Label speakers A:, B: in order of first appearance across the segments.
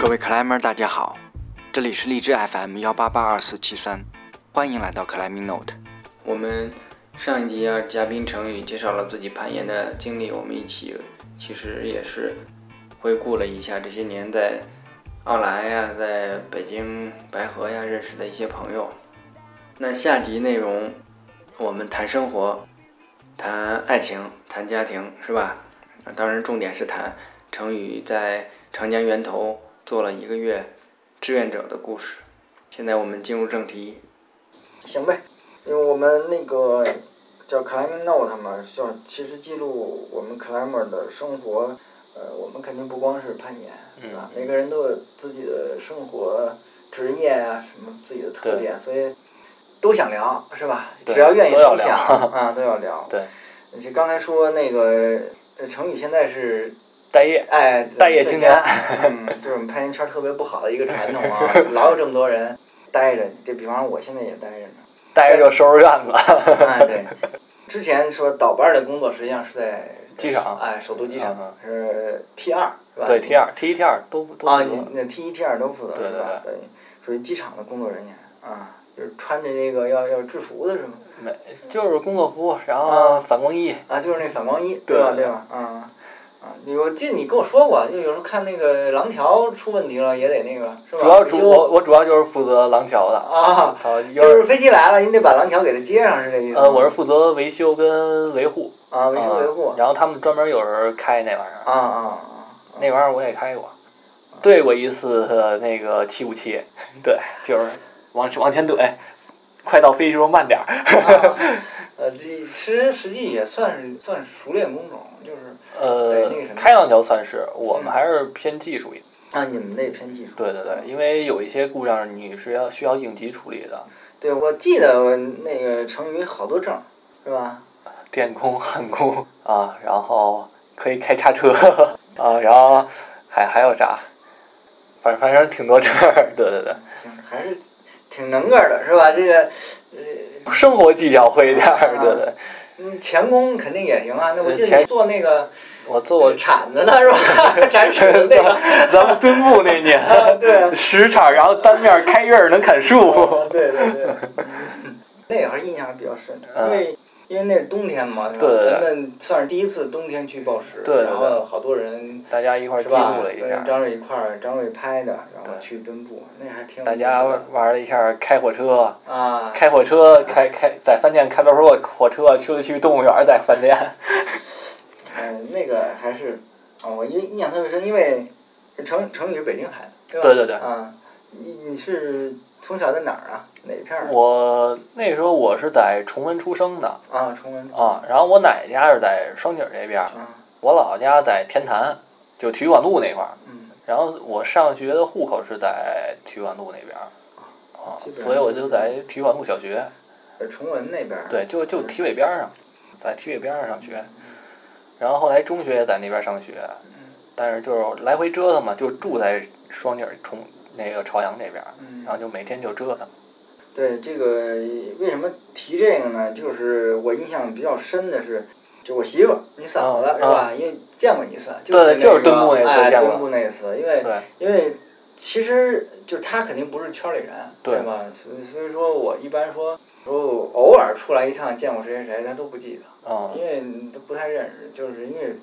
A: 各位 climber 大家好，这里是荔枝 FM 幺八八二四七三，欢迎来到 climbing note。我们上一集啊，嘉宾程宇介绍了自己攀岩的经历，我们一起其实也是回顾了一下这些年在奥莱呀、在北京白河呀认识的一些朋友。那下集内容我们谈生活，谈爱情，谈家庭，是吧？啊当然重点是谈程宇在长江源头做了一个月志愿者的故事。现在我们进入正题，
B: 行呗，因为我们那个叫 Climb Note 嘛，就其实记录我们 Climber 的生活。呃，我们肯定不光是攀岩，
C: 嗯
B: 对吧？每个人都有自己的生活、职业啊，什么自己的特点，所以都想聊，是吧？
C: 对
B: 只要愿意
C: 都要
B: 分享
C: 聊
B: 啊，都要聊。
C: 对，
B: 就刚才说那个呃成宇现在是
C: 待业，
B: 哎，
C: 待业
B: 在
C: 青
B: 家
C: 年
B: 嗯，对我们攀岩圈特别不好的一个传统啊，老有这么多人待着，就比方说我现在也待着呢。
C: 待着就收拾院子。
B: 哎，对，之前说倒班儿的工作实际上是在
C: 机场
B: 哎，首都机场、
C: 嗯
B: 是 T 二是吧？
C: 对，T 二、T 一、T 二都都
B: 啊，
C: 不多
B: 你那 T 一 T 二都负责
C: 对
B: 是吧？对，属于机场的工作人员啊，就是穿着这个要要制服的是吗？
C: 没，就是工作服，然后反光衣。
B: 啊，就是那反光衣，对吧？
C: 对
B: 对吧？啊啊，你我记得你跟我说过，就有时候看那个廊桥出问题了，也得那个是吧？
C: 主要主
B: 维修
C: 我我主要就是负责廊桥的。
B: 啊，
C: 操，
B: 就
C: 有
B: 是飞机来了，你得把廊桥给它接上，是这意思吗？
C: 呃，我是负责维修跟维护。
B: 啊，维修维护
C: 嗯然后他们专门有人开那玩意儿，
B: 啊啊啊
C: 那玩意儿我也开过，对过一次呃那个七五七，对，就是往往前怼，快到飞机时候慢点儿。
B: 呃，这实实际也算是算是熟练工种，就是对
C: 呃
B: 那个什，么
C: 开廊桥算是，我
B: 嗯
C: 们还是偏技术一点。
B: 啊，你们那偏技术。
C: 对对对，因为有一些故障你是要需要应急处理的，
B: 对，我记得我那个成语好多证儿，是吧？
C: 电工、焊工啊，然后可以开叉车啊，然后还还有啥，反正反正挺多证儿。对对对，
B: 行，嗯还是挺能个儿的，是吧？这个，
C: 生活技巧会一点儿。对对，
B: 嗯，钳工肯定也行啊。那我记得你
C: 嗯钳
B: 做那个
C: 我做我
B: 铲子的是吧？ 铲屎的那个。
C: 咱们墩布那 年
B: 对啊，
C: 石场，然后单面开刃儿能砍树。
B: 对对对。那会儿印象比较深，因为因为那是冬天嘛，
C: 嗯对对对
B: 咱们算是第一次冬天去报时，
C: 对对对
B: 然后好多人
C: 大家一块儿
B: 是
C: 记录
B: 吧？
C: 了一
B: 跟
C: 下，
B: 张瑞一块儿，张瑞拍的，然后
C: 对
B: 去墩布，那还挺有
C: 大
B: 意
C: 家
B: 思的
C: 玩了一下开火车。
B: 啊，
C: 开火车，开开在饭店开着火火车去了去动物园，在饭店。
B: 嗯，那个还是，啊，我印印象特别深，因为成成宇是北京孩子，对吧？
C: 对对对
B: 啊，你你是从小在哪儿啊？哪片儿啊？
C: 我那时候我是在崇文出生的
B: 啊，崇文。
C: 啊，然后我奶奶家是在双井这边儿，
B: 啊，
C: 我姥姥家在天坛，就体育馆路那块儿。
B: 嗯，
C: 然后我上学的户口是在体育馆路那边儿，啊
B: 基，本上
C: 所以我就在体育馆路小学，
B: 呃崇文那边儿。
C: 对，就就体委边儿上，在体委边儿上上学，然后后来中学也在那边儿上学，但是就是来回折腾嘛，就住在双井崇那个朝阳这边儿，
B: 嗯
C: 然后就每天就折腾。
B: 对这个为什么提这个呢？就是我印象比较深的是，就我媳妇儿，你嫂子、
C: 啊
B: 是吧？因为见过你一次，
C: 对
B: 就
C: 就是墩布那次
B: 哎，
C: 见过
B: 墩布那次，因为
C: 对
B: 因为其实就是他肯定不是圈里人，
C: 对
B: 对吧？所以所以说我一般说，说偶尔出来一趟见过谁谁谁，他都不记得，
C: 嗯，
B: 因为都不太认识，就是因为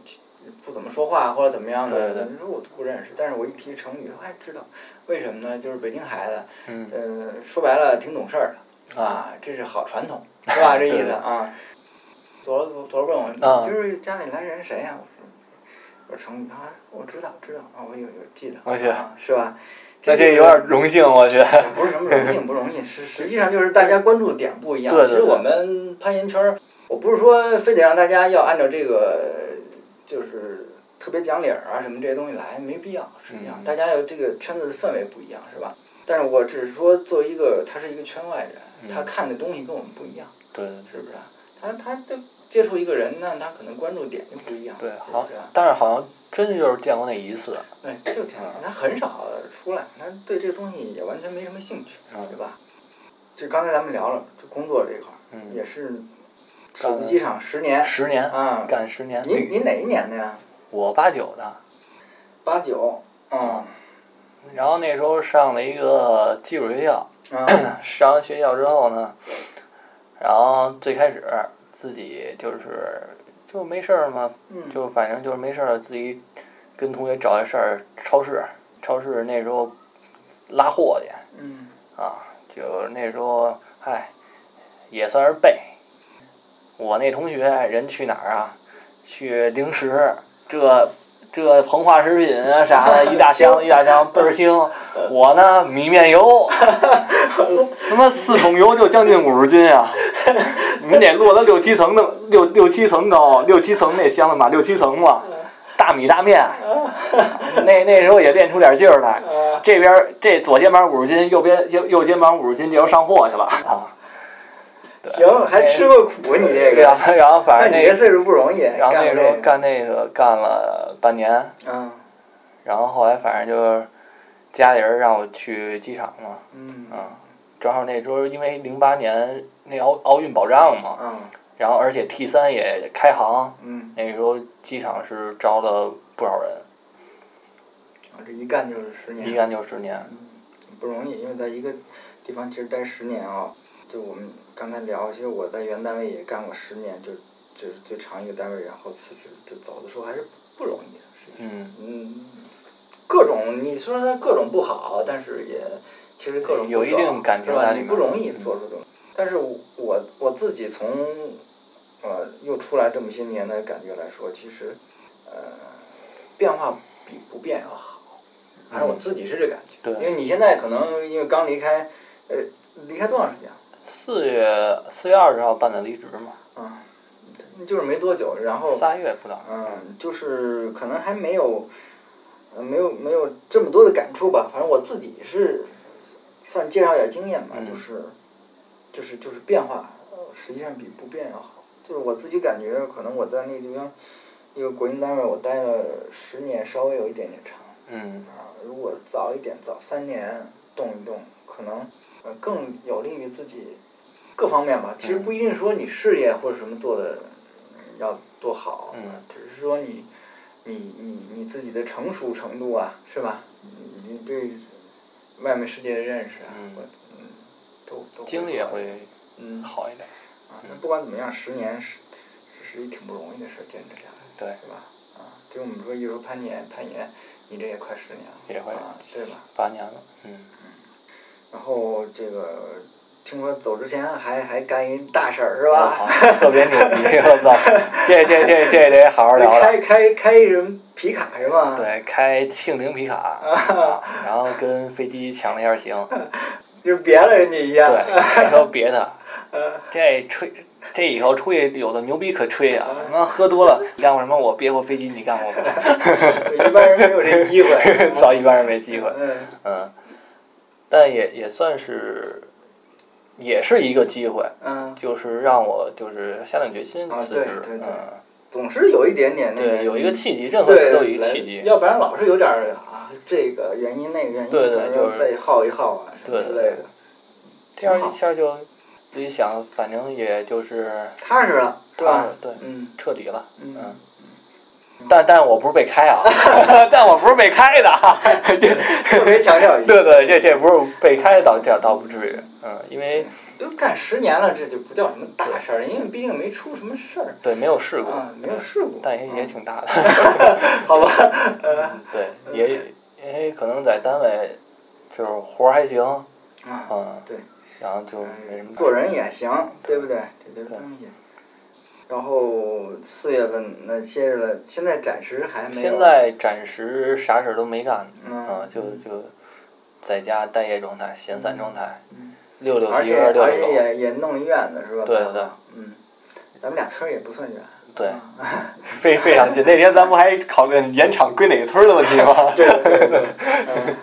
B: 不怎么说话或者怎么样的，
C: 对对对
B: 你说我都不认识。但是我一提成语，哎，知道为什么呢？就是北京孩子，
C: 嗯
B: 呃，说白了挺懂事儿的，啊，这是好传统，是 吧？这意思啊。昨儿昨儿问我，
C: 啊
B: 你今儿家里来人谁啊呀、我说我说成语啊，我知道知道啊，我有有记得，
C: 我去
B: 啊，是吧？
C: 哎那
B: 这
C: 这有点荣幸，我觉得。
B: 个不是什么荣幸不荣幸，实实际上就是大家关注点不一样。
C: 对对
B: 其实
C: 对
B: 我们攀岩圈儿，我不是说非得让大家要按照这个就是特别讲理儿啊什么这些东西来，没必要。实际上
C: 嗯
B: 大家有这个圈子的氛围不一样，是吧？但是我只是说作为一个他是一个圈外人，
C: 嗯
B: 他看的东西跟我们不一样，
C: 对
B: 是不是啊？他他就接触一个人呢，他可能关注点就不一样，
C: 对，
B: 是不
C: 好
B: 是啊，
C: 但是好像真就是见过那一次。
B: 哎，就这样，他很少出来，他对这个东西也完全没什么兴趣，啊
C: 嗯
B: 对吧？就刚才咱们聊了，就工作这一块儿，
C: 嗯
B: 也是首都机场十年
C: 十年，
B: 啊。
C: 干十年。
B: 您您哪一年的呀？
C: 我八九的，
B: 八九，嗯，
C: 然后那时候上了一个技术学校，
B: 啊，
C: 上完学校之后呢，然后最开始自己就是就没事儿嘛，
B: 嗯
C: 就反正就是没事儿，自己跟同学找些事儿，超市超市那时候拉货去
B: 嗯
C: 啊，就那时候嗨也算是背。我那同学人去哪儿啊？去零食，这这膨化食品啊啥的，一大箱一大箱倍儿轻。我呢米面油，他妈四桶油就将近五十斤啊！你得摞到六七层的六六七层高，六七层那箱子嘛，六七层嘛，大米大面，那那时候也练出点劲儿来。
B: 啊，
C: 这边儿这左肩膀五十斤，右边右右肩膀五十斤，这又上货去了啊！
B: 行，还吃过苦你这个，
C: 然后啊然后反
B: 那
C: 正
B: 你
C: 那
B: 这岁数不容易，
C: 然后
B: 干
C: 那时候
B: 这个
C: 干那个干了半年，
B: 啊，
C: 然后后来反正就是家里人让我去机场嘛，
B: 嗯
C: 嗯，正好那时候因为零八年那奥奥运保障嘛，
B: 啊，
C: 然后而且 T 三也开航，
B: 嗯，
C: 那时候机场是招了不少人，
B: 我啊这一干就是十
C: 一
B: 年，
C: 干就十年，
B: 不容易，因为在一个地方其实待十年啊，就我们刚才聊，其实我在原单位也干过十年，就就是最长一个单位，然后辞职，就走的时候还是不容易的，是
C: 嗯，
B: 嗯，各种你说它各种不好，但是也其实各种不
C: 有一
B: 爽
C: 定感
B: 是
C: 情
B: 吧
C: 在
B: 你
C: 里
B: 不
C: 面
B: 容易做出这种。但是我我自己从呃又出来这么些年的感觉来说，其实呃变化比不变要好，反正我自己是这感觉。
C: 对
B: 因为你现在可能因为刚离开，呃，离开多长时间啊？
C: 四月四月二十号办的离职嘛，
B: 嗯，就是没多久，然后
C: 仨月不到，
B: 嗯，就是可能还没有，呃没有没有这么多的感触吧。反正我自己是算介绍点经验吧，
C: 嗯
B: 就是就是就是变化，呃实际上比不变要好。就是我自己感觉，可能我在那地方一个国营单位，我待了十年，稍微有一点点长
C: 嗯
B: 啊。如果早一点，早三年动一动，可能呃更有利于自己各方面吧。其
C: 嗯
B: 实不一定说你事业或者什么做的要多好，
C: 嗯
B: 只是说你你你你自己的成熟程度啊，是吧？你你对外面世界的认识啊，
C: 嗯
B: 或嗯，都都
C: 经历也会
B: 嗯
C: 好一点，
B: 啊。那不管怎么样，十年是是一挺不容易的事儿，坚持下来，
C: 对，
B: 对吧？啊，对我们说，一说攀岩，攀岩，你这也快十年了，
C: 也会
B: 啊，对吧？
C: 八年了，嗯，
B: 然后这个听说走之前还还干一大事儿是
C: 我
B: 吧？
C: 操，嗯特别牛逼，我 操，这这这这得好好聊聊。
B: 开开开什么皮卡是吧？，
C: 对，开庆陵皮卡， 啊然后跟飞机抢了一下型，
B: 就别了人家一样。
C: 对，没说别的，这吹这以后出去有的牛逼可吹啊！
B: 嗯
C: 他妈喝多了，你干过什么？我憋过飞机，你干过吗？
B: 一般人没有这机会。
C: 早一般人没机会，
B: 嗯
C: 嗯，但也也算是，也是一个机会，
B: 嗯，
C: 就是让我就是下定决心
B: 啊
C: 辞
B: 对
C: 职，
B: 对对
C: 嗯，
B: 总是有一点点那个。
C: 对，有一个契机，任何
B: 嗯对
C: 事都有一个契
B: 来
C: 机，
B: 要不然老是有点儿啊，这个原因那个原因，
C: 对对就是
B: 再耗一耗啊什么
C: 对
B: 之
C: 对
B: 类的，
C: 这样
B: 挺好
C: 一下就自己想，反正也就是
B: 踏实了是
C: 踏
B: 吧
C: 实？啊对
B: 嗯
C: 彻底了。
B: 嗯
C: 嗯，但但我不是被开啊， 但我不是被开的 啊，这
B: 特别强调一下，
C: 对对，这这不是被开倒这倒不至于，嗯，因为
B: 都干十年了，这就不叫什么大事儿，因为毕竟没出什么事儿
C: 对没有试过，
B: 啊，没有事故，
C: 但也也挺大的，
B: 嗯好吧？呃
C: 对，也因为可能在单位就是活儿还行，
B: 啊，
C: 嗯，
B: 对，
C: 然后就没什么大
B: 做人也行，对不对？这都是
C: 对
B: 东西。然后四月份那歇着了，现在暂时还没有。
C: 现在暂时啥事儿都没干，
B: 嗯
C: 嗯，就就在家待业状态、闲散状态
B: 嗯，
C: 溜溜
B: 而
C: 机
B: 且
C: 溜
B: 而
C: 溜
B: 且
C: 狗，
B: 也也弄医院的是吧？
C: 对对
B: 嗯，咱们俩村儿也不算远。
C: 对，非非常近。那天咱不还考虑盐场归哪个村儿的问题吗？
B: 对对对，嗯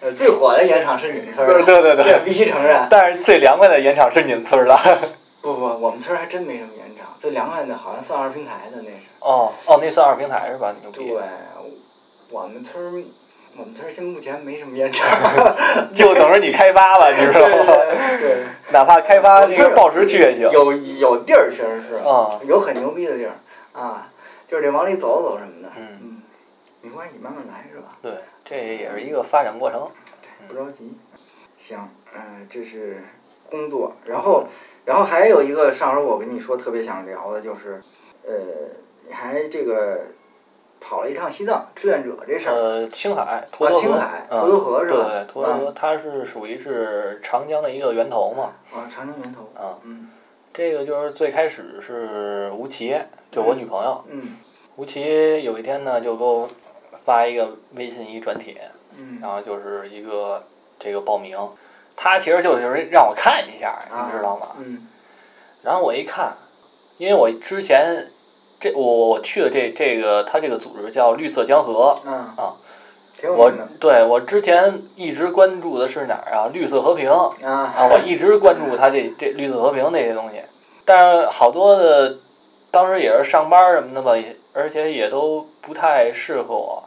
B: 呃，最火的盐场是你们村儿啊
C: 对
B: 的，
C: 对对对
B: 这必须承认。
C: 但是最凉快的盐场是你们村儿的。
B: 啊不不，我们村儿还真没什么盐场，最凉快的好像算二平台的那是。
C: 哦哦，那算二平台是吧？牛
B: 对
C: 逼！，
B: 我们村儿，我们村儿现在目前没什么 盐场。
C: 就等着你开发了，你知道吗？
B: 对，
C: 哪怕 开发那个报时去也行。
B: 有有地儿确实是，
C: 啊
B: 有很牛逼的地儿啊，就是得往里走走什么的。
C: 嗯
B: 嗯，没关系，慢慢来是吧？
C: 对，这也是一个发展过程。
B: 对，不着急。行，嗯、这是工作，然后，然后还有一个上回我跟你说特别想聊的就是，呃，你还这个跑了一趟西藏志愿者这事儿。
C: 呃，青海沱多河，
B: 啊青海
C: 嗯
B: 沱多河是吧嗯
C: 对，沱多河它是属于是长江的一个源头嘛。
B: 啊，长江源头。
C: 啊
B: 嗯
C: 这个就是最开始是吴奇，就我女朋友。
B: 嗯
C: 吴奇有一天呢，就给我发一个微信一转帖，
B: 嗯。
C: 然后就是一个这个报名，他其实就是让我看一下，
B: 啊
C: 你知道吗？
B: 嗯
C: 然后我一看，因为我之前这我我去的这这个他这个组织叫绿色江河，
B: 嗯
C: 啊，
B: 挺有
C: 我
B: 名的
C: 对我之前一直关注的是哪儿啊？绿色和平啊，
B: 啊
C: 我一直关注他这这绿色和平这些东西，但是好多的当时也是上班什么的吧，也而且也都不太适合我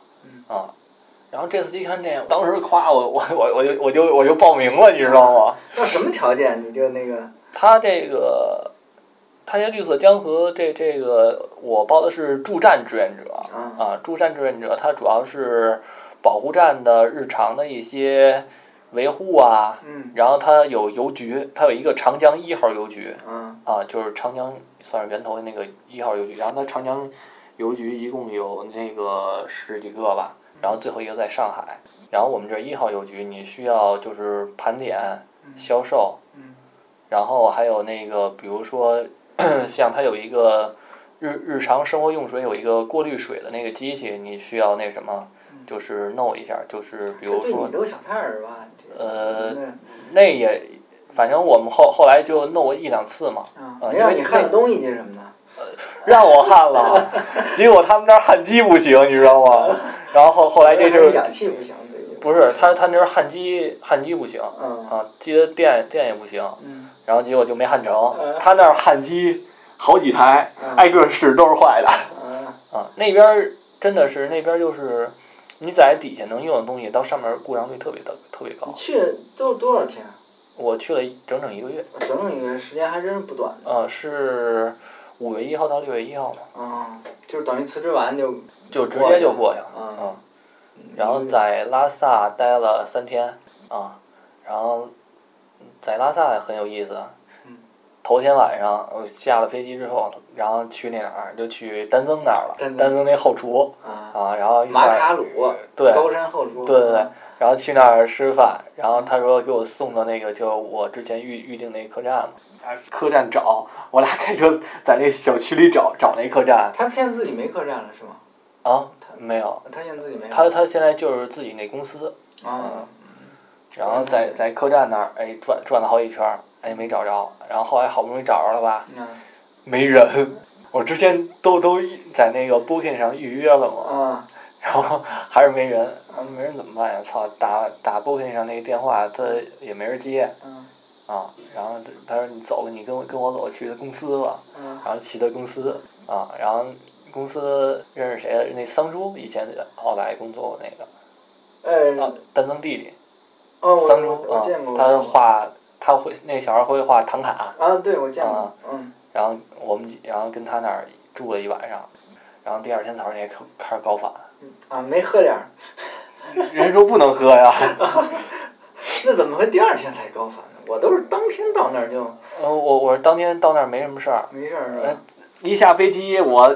C: 啊。然后这次一看这，当时夸我我我我就我就我就报名了，你知道吗？
B: 要什么条件你就那个
C: 他这个，他这绿色江河这这个，我报的是助战志愿者
B: 啊
C: 啊，助战志愿者，它主要是保护站的日常的一些维护啊，
B: 嗯
C: 然后它有邮局，它有一个长江一号邮局
B: 啊
C: 啊，就是长江算是源头的那个一号邮局，然后它长江邮局一共有那个十几个吧。然后最后一个在上海，然后我们这一号邮局，你需要就是盘点、销售，
B: 嗯
C: 然后还有那个，比如说 像它有一个日日常生活用水有一个过滤水的那个机器，你需要那什么，就是弄一下，就是比
B: 这
C: 如
B: 嗯对
C: 说
B: 你都小菜儿吧？这
C: 呃
B: 嗯
C: 那也，反正我们后后来就弄过一两次嘛，
B: 啊，
C: 啊
B: 没让
C: 因为
B: 你焊个东西去什么的。
C: 让我焊了，结果他们那儿焊机不行，你知道吗？然后后后哎来这
B: 还
C: 就是
B: 氧气不行，这个
C: 不是他他那儿焊机焊机不行
B: 嗯
C: 啊，记得电电也不行，
B: 嗯
C: 然后结果就没焊成
B: 嗯。
C: 他那儿焊机好几台
B: 嗯，
C: 挨个试都是坏的。
B: 啊
C: 啊，那边儿真的是那边儿就是你在底下能用的东西，到上面儿故障率特别的特别
B: 你
C: 高。
B: 去都多少天啊？
C: 我去了整整一个月，
B: 整整一个时间还真是不短的
C: 呃，是五月一号到六月一号嘛，
B: 啊，就是等于辞职完就
C: 就直接就过去了
B: 嗯
C: 啊。然后在拉萨待了三天啊，然后在拉萨很有意思。嗯头天晚上我下了飞机之后，然后去那哪儿就去丹增那儿了，
B: 丹增
C: 丹增那后厨
B: 啊
C: 啊，然后一块
B: 马
C: 儿
B: 卡鲁
C: 对
B: 高山后厨
C: 对对对，然后去那儿吃饭，然后他说给我送到那个就是我之前预预定那客栈嘛，啊客栈找，我俩开车在那小区里找找那客栈
B: 他现在自己没客栈了是吗？
C: 啊，没有，
B: 他现在自己没有
C: 他他现在就是自己那公司，
B: 啊
C: 然后在在客栈那儿哎转转了好几圈儿，哎没找着，然后后来好不容易找着了吧，
B: 啊
C: 没人，我之前都都在那个 Booking 上预约了嘛，
B: 啊
C: 然后还是没人，啊没人怎么办呀？操，打打 Booking 上那个电话他也没人接。
B: 嗯
C: 啊，然后他说你走，你跟我跟我走去他公司吧，
B: 嗯
C: 然后去他公司啊，然后公司认识谁？那桑珠以前在奥莱工作过那个，
B: 呃
C: 啊，丹增弟弟，
B: 哦我
C: 桑珠
B: 我我
C: 啊
B: 见过，
C: 他画他会那小孩会画唐卡，
B: 啊对我见过
C: 啊
B: 嗯
C: 然后我们几然后跟他那儿住了一晚上，然后第二天早上也开开始高反，
B: 啊没喝点儿，
C: 人家说不能喝呀，
B: 那怎么会第二天才高反呢？我都是当天到那儿就
C: 嗯，我我当天到那儿没什么事儿，
B: 没事儿是吧
C: 呃？一下飞机，我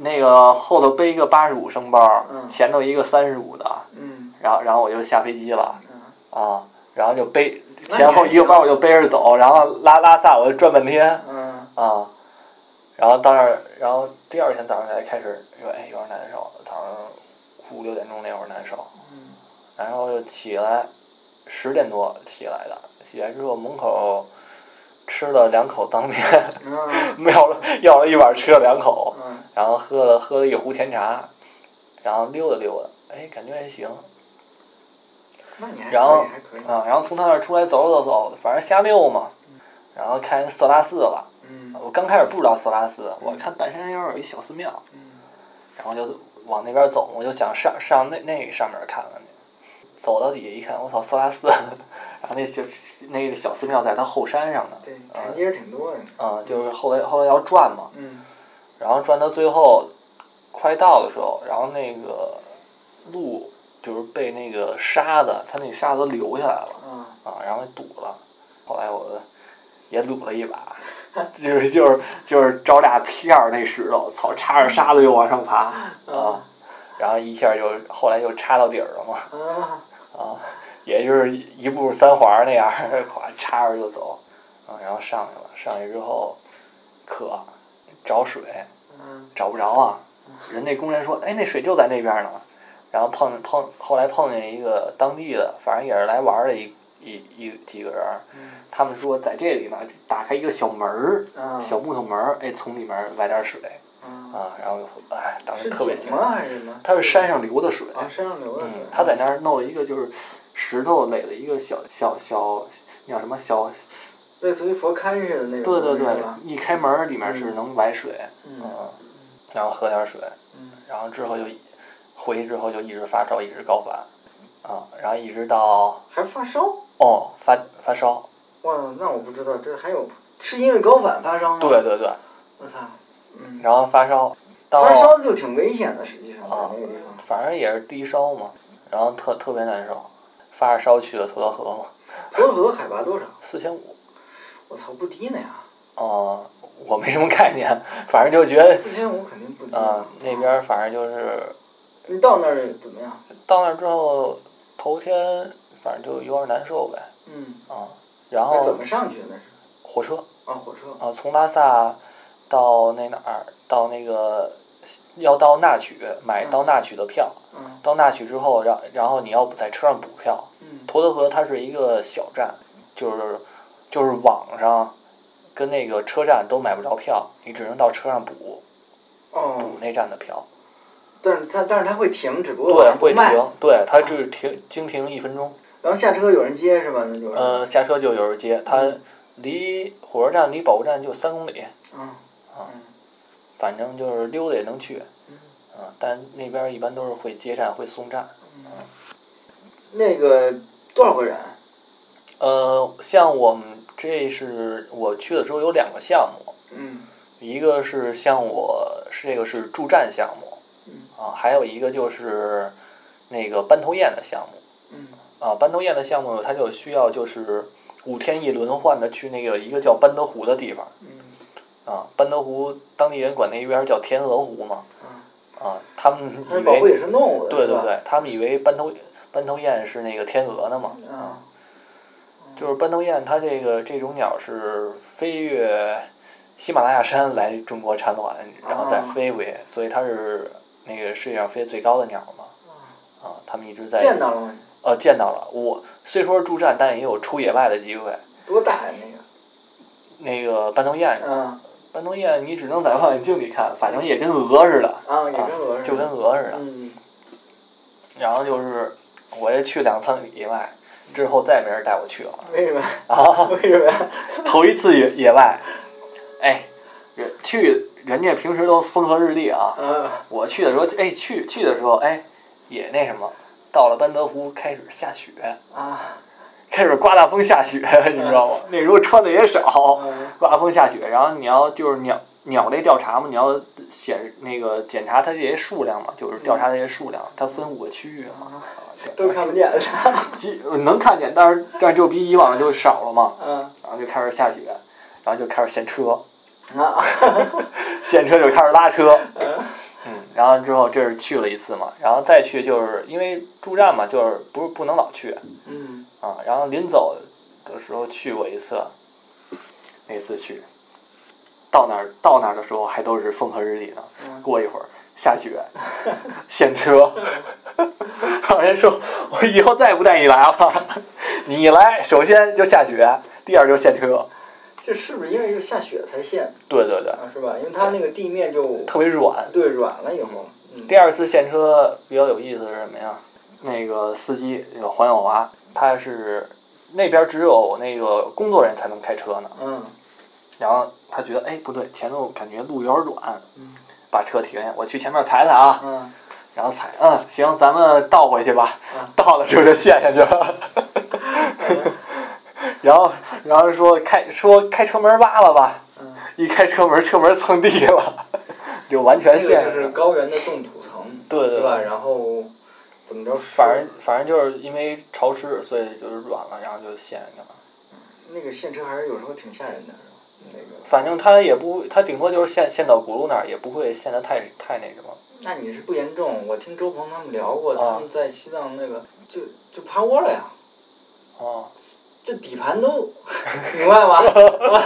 C: 那个后头背一个八十五升包，
B: 嗯
C: 前头一个三十五的，
B: 嗯
C: 然后然后我就下飞机了
B: 嗯
C: 啊，然后就背
B: 那
C: 前后一个包我就背着走，然后拉拉萨我就转半天
B: 嗯
C: 啊，然后到那儿，然后第二天早上才开始说哎有点难受，早上五六点钟那会儿难受，
B: 嗯
C: 然后就起来十点多起来的，起来之后门口吃了两口脏面，
B: 嗯
C: 要了要了一碗吃了两口，
B: 嗯
C: 然后喝了喝了一壶甜茶，然后溜达溜达，哎感觉还行。
B: 那你还
C: 然后
B: 可以还可以
C: 啊，然后从他那儿出来走走走，反正瞎溜嘛。然后看色拉寺了，
B: 嗯
C: 我刚开始不知道色拉寺，我看半山腰有一小寺庙，
B: 嗯
C: 然后就往那边走，我就想上上那那上面看看去。走到底下一看，我操，色拉寺！ 然后那小那个小寺庙在它后山上呢，
B: 对台阶儿挺多的
C: 啊，就是后来后来要转嘛，
B: 嗯
C: 然后转到最后快到的时候，然后那个路就是被那个沙子，它那沙子流下来了
B: 啊，
C: 啊，然后给堵了。后来我也撸了一把， 就是就是就是招俩片儿那石头，操，插着沙子又往上爬啊，然后一下就后来就插到底儿了嘛
B: 啊，
C: 啊，也就是一步三环那样儿，咵插着就走啊，然后上去了，上去之后渴找水，
B: 嗯，
C: 找不着啊。人那工人说：“哎，那水就在那边呢。”然后碰碰，后来碰见一个当地的，反正也是来玩儿的一一一几个人儿，他们说在这里呢，打开一个小门儿，
B: 啊，
C: 小木头门儿，哎，从里面崴点水
B: 啊，
C: 啊，然后哎，当时
B: 是
C: 特别
B: 井
C: 兴
B: 吗
C: 奋。
B: 还是什么？
C: 它是山上流的水，
B: 啊，山上流的
C: 哎嗯
B: 水，，
C: 他在那儿弄了一个就是石头垒了一个小小小，那叫什么小？
B: 类似于佛龛似的那种，
C: 对对对
B: 是吧，
C: 一开门儿里面是能崴水，
B: 嗯
C: 嗯，然后喝点水，
B: 嗯
C: 然后之后就回去之后就一直发烧，一直高反，啊，然后一直到
B: 还发烧？
C: 哦发发烧，
B: 哇，那我不知道，这还有是因为高反发烧吗？
C: 对，对对，
B: 我操，嗯，
C: 然后发烧到
B: 发烧就挺危险的，实际上在
C: 啊
B: 那个地方，
C: 反正也是低烧嘛，然后特特别难受，发着烧去的沱河嘛，
B: 河河海拔多少？
C: 四千五，
B: 我操，不低呢呀，
C: 啊，我没什么概念， 反正就觉得
B: 四千五肯定不低
C: 哎啊、那边儿反正就是
B: 你到那儿怎么样？
C: 到那儿之后头天反正就有点难受呗，
B: 嗯，
C: 啊，然
B: 那怎
C: 后
B: 么上去的那是？
C: 火车。
B: 啊，火车。
C: 啊，从拉萨到那哪儿，到那个要到那曲买到那曲的票，
B: 嗯
C: 到那曲之后，然然后你要在车上补票。
B: 嗯
C: 沱德河它是一个小站，就是就是网上跟那个车站都买不着票，你只能到车上补补
B: 哦，
C: 那站的票。
B: 但是它但是它会停，只不过
C: 对，会
B: 不卖
C: 停，对，它就是停经停一分钟，
B: 然后下车有人接是吧？那就是。
C: 呃，下车就有人接。它
B: 嗯
C: 离火车站离保护站就三公里，
B: 嗯嗯
C: 反正就是溜达也能去。
B: 嗯
C: 啊，但那边儿一般都是会接站，会送站。
B: 嗯，那个多少个人？
C: 呃，像我们这是我去的时候有两个项目，
B: 嗯
C: 一个是像我是这个是助站项目
B: 嗯
C: 啊，还有一个就是那个班头雁的项目
B: 嗯
C: 啊。班头雁的项目它就需要就是五天一轮换的去那个一个叫班德湖的地方
B: 嗯
C: 啊，班德湖当地人管那边儿叫天鹅湖嘛
B: 啊，
C: 啊，他们
B: 它是
C: 以
B: 保护
C: 为
B: 野生动物的，
C: 对
B: 是
C: 对
B: 吧？
C: 对，他们以为班头班头雁是那个天鹅呢嘛啊。
B: 啊
C: 就是斑头雁，它这个这种鸟是飞越喜马拉雅山来中国产卵，然后
B: 哦
C: 再飞回去，所以它是那个世界上飞得最高的鸟嘛。啊，他们一直在
B: 哦见到了吗？
C: 呃见到了。我虽说是驻站，但也有出野外的机会。
B: 多大呀那
C: 那个斑头雁，
B: 个？啊
C: 斑头雁你只能在望远镜里看，反正也跟鹅似的，
B: 啊，也跟鹅似的，
C: 就跟鹅似的。
B: 嗯
C: 然后就是我也去两趟野外，之后再也没人带我去了。
B: 为什么？
C: 啊，
B: 为什么呀？
C: 头一次野野外，哎，人去人家平时都风和日丽啊，
B: 啊
C: 我去的时候，哎，去去的时候，哎，也那什么，到了班德湖开始下雪，
B: 啊
C: 开始刮大风下雪， 你知道吗？那时候穿的也少，
B: 嗯
C: 刮大风下雪，然后你要就是鸟鸟类调查嘛，你要显那个检查它这些数量嘛，就是调查这些数量，它分五个区域嘛，
B: 啊，
C: 啊
B: 都看不见 的。
C: 基能看见，但是但是就比以往就少了嘛，
B: 啊
C: 然后就开始下雪，然后就开始陷车。
B: 啊
C: 现车就开始拉车，
B: 嗯
C: 嗯，然后之后这是去了一次嘛，然后再去就是因为驻站嘛，就是不是不能老去
B: 嗯
C: 啊，然后临走的时候去过一次，那次去，到哪儿到哪儿的时候还都是风和日丽呢，
B: 嗯
C: 过一会儿下雪，现车，然后人说我以后再也不带你来了，你一来首先就下雪，第二就现车，
B: 这是不是因为就下雪才陷
C: 对对对，
B: 啊？是吧？因为它那个地面就
C: 特别软，
B: 对软了以后，嗯
C: 第二次现车比较有意思的是什么呀？那个司机，那个黄永华，他是那边只有那个工作人员才能开车呢。
B: 嗯
C: 然后他觉得，哎，不对，前头感觉路有点软，
B: 嗯
C: 把车停下，我去前面踩踩啊。
B: 嗯
C: 然后踩，嗯，行，咱们倒回去吧
B: 嗯。
C: 倒的时候就陷下去了。然后，然后说开说开车门挖了吧，
B: 嗯，
C: 一开车门，车门蹭地了，就完
B: 那
C: 全
B: 个
C: 陷下
B: 就
C: 去
B: 是
C: 了。
B: 高原的冻土层，
C: 对对
B: 是吧？
C: 对
B: 然后怎么着？
C: 反正反正就是因为潮湿，所以就是软了，然后就陷进去了。
B: 那个陷车还是有时候挺吓人的，是吧？那个。
C: 反正它也不，它顶多就是陷陷到轱辘那儿，也不会陷得太太那什么。
B: 那你是不严重，我听周鹏他们聊过，
C: 啊
B: 他们在西藏那个就就趴窝了呀，
C: 哦，
B: 就底盘都 明白吗？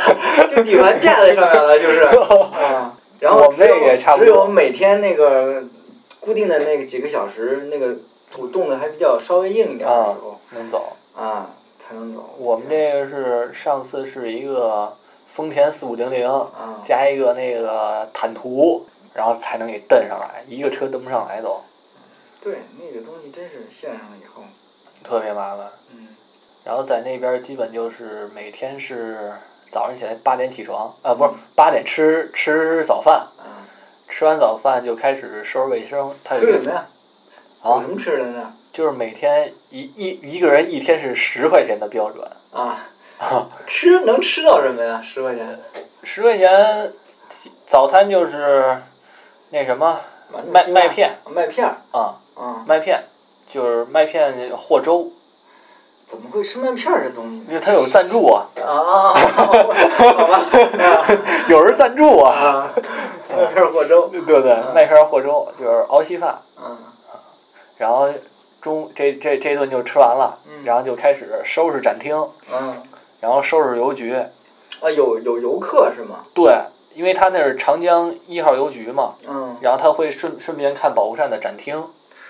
B: 就底盘架在上面了， 就是啊。然后
C: 我们
B: 只有
C: 那个也差不
B: 只
C: 多
B: 有每天那个固定的那个几个小时，那个土冻的还比较稍微硬一点的时候
C: 能走。
B: 啊，才能走。
C: 我们这个是上次是一个丰田四五零零
B: 啊
C: 加一个那个坦途，然后才能给蹬上来，一个车蹬不上来都
B: 对那个东西真是陷上了以后，
C: 特别麻烦。
B: 嗯，
C: 然后在那边基本就是每天是早上起来八点起床，啊不是八点吃吃早饭，
B: 啊，
C: 吃完早饭就开始收拾卫生。他有
B: 吃什
C: 一
B: 么
C: 个
B: 呀？有
C: 啊
B: 什，么吃的呢？
C: 就是每天一一一个人一天是十块钱的标准，
B: 啊，吃能吃到什么呀？十块钱，
C: 十块钱起早餐就是那什么
B: 馒头
C: 麦
B: 鸡蛋
C: 麦片
B: 麦片儿
C: 啊、
B: 啊，
C: 麦片，就是麦片和粥，
B: 怎么会吃麦片儿这东西
C: 因
B: 呢？
C: 为他有赞助啊，
B: 啊，好 吧，
C: 有人赞助
B: 啊
C: 啊，
B: 啊，麦片儿和粥，
C: 对不对？麦片和粥就是熬稀饭。
B: 啊，
C: 然后中这这这顿就吃完了，
B: 嗯
C: 然后就开始收拾展厅，
B: 嗯，
C: 然后收拾邮局。
B: 啊，有有游客是吗？
C: 对，因为他那是长江一号邮局嘛，
B: 嗯，
C: 然后他会顺顺便看保护扇的展厅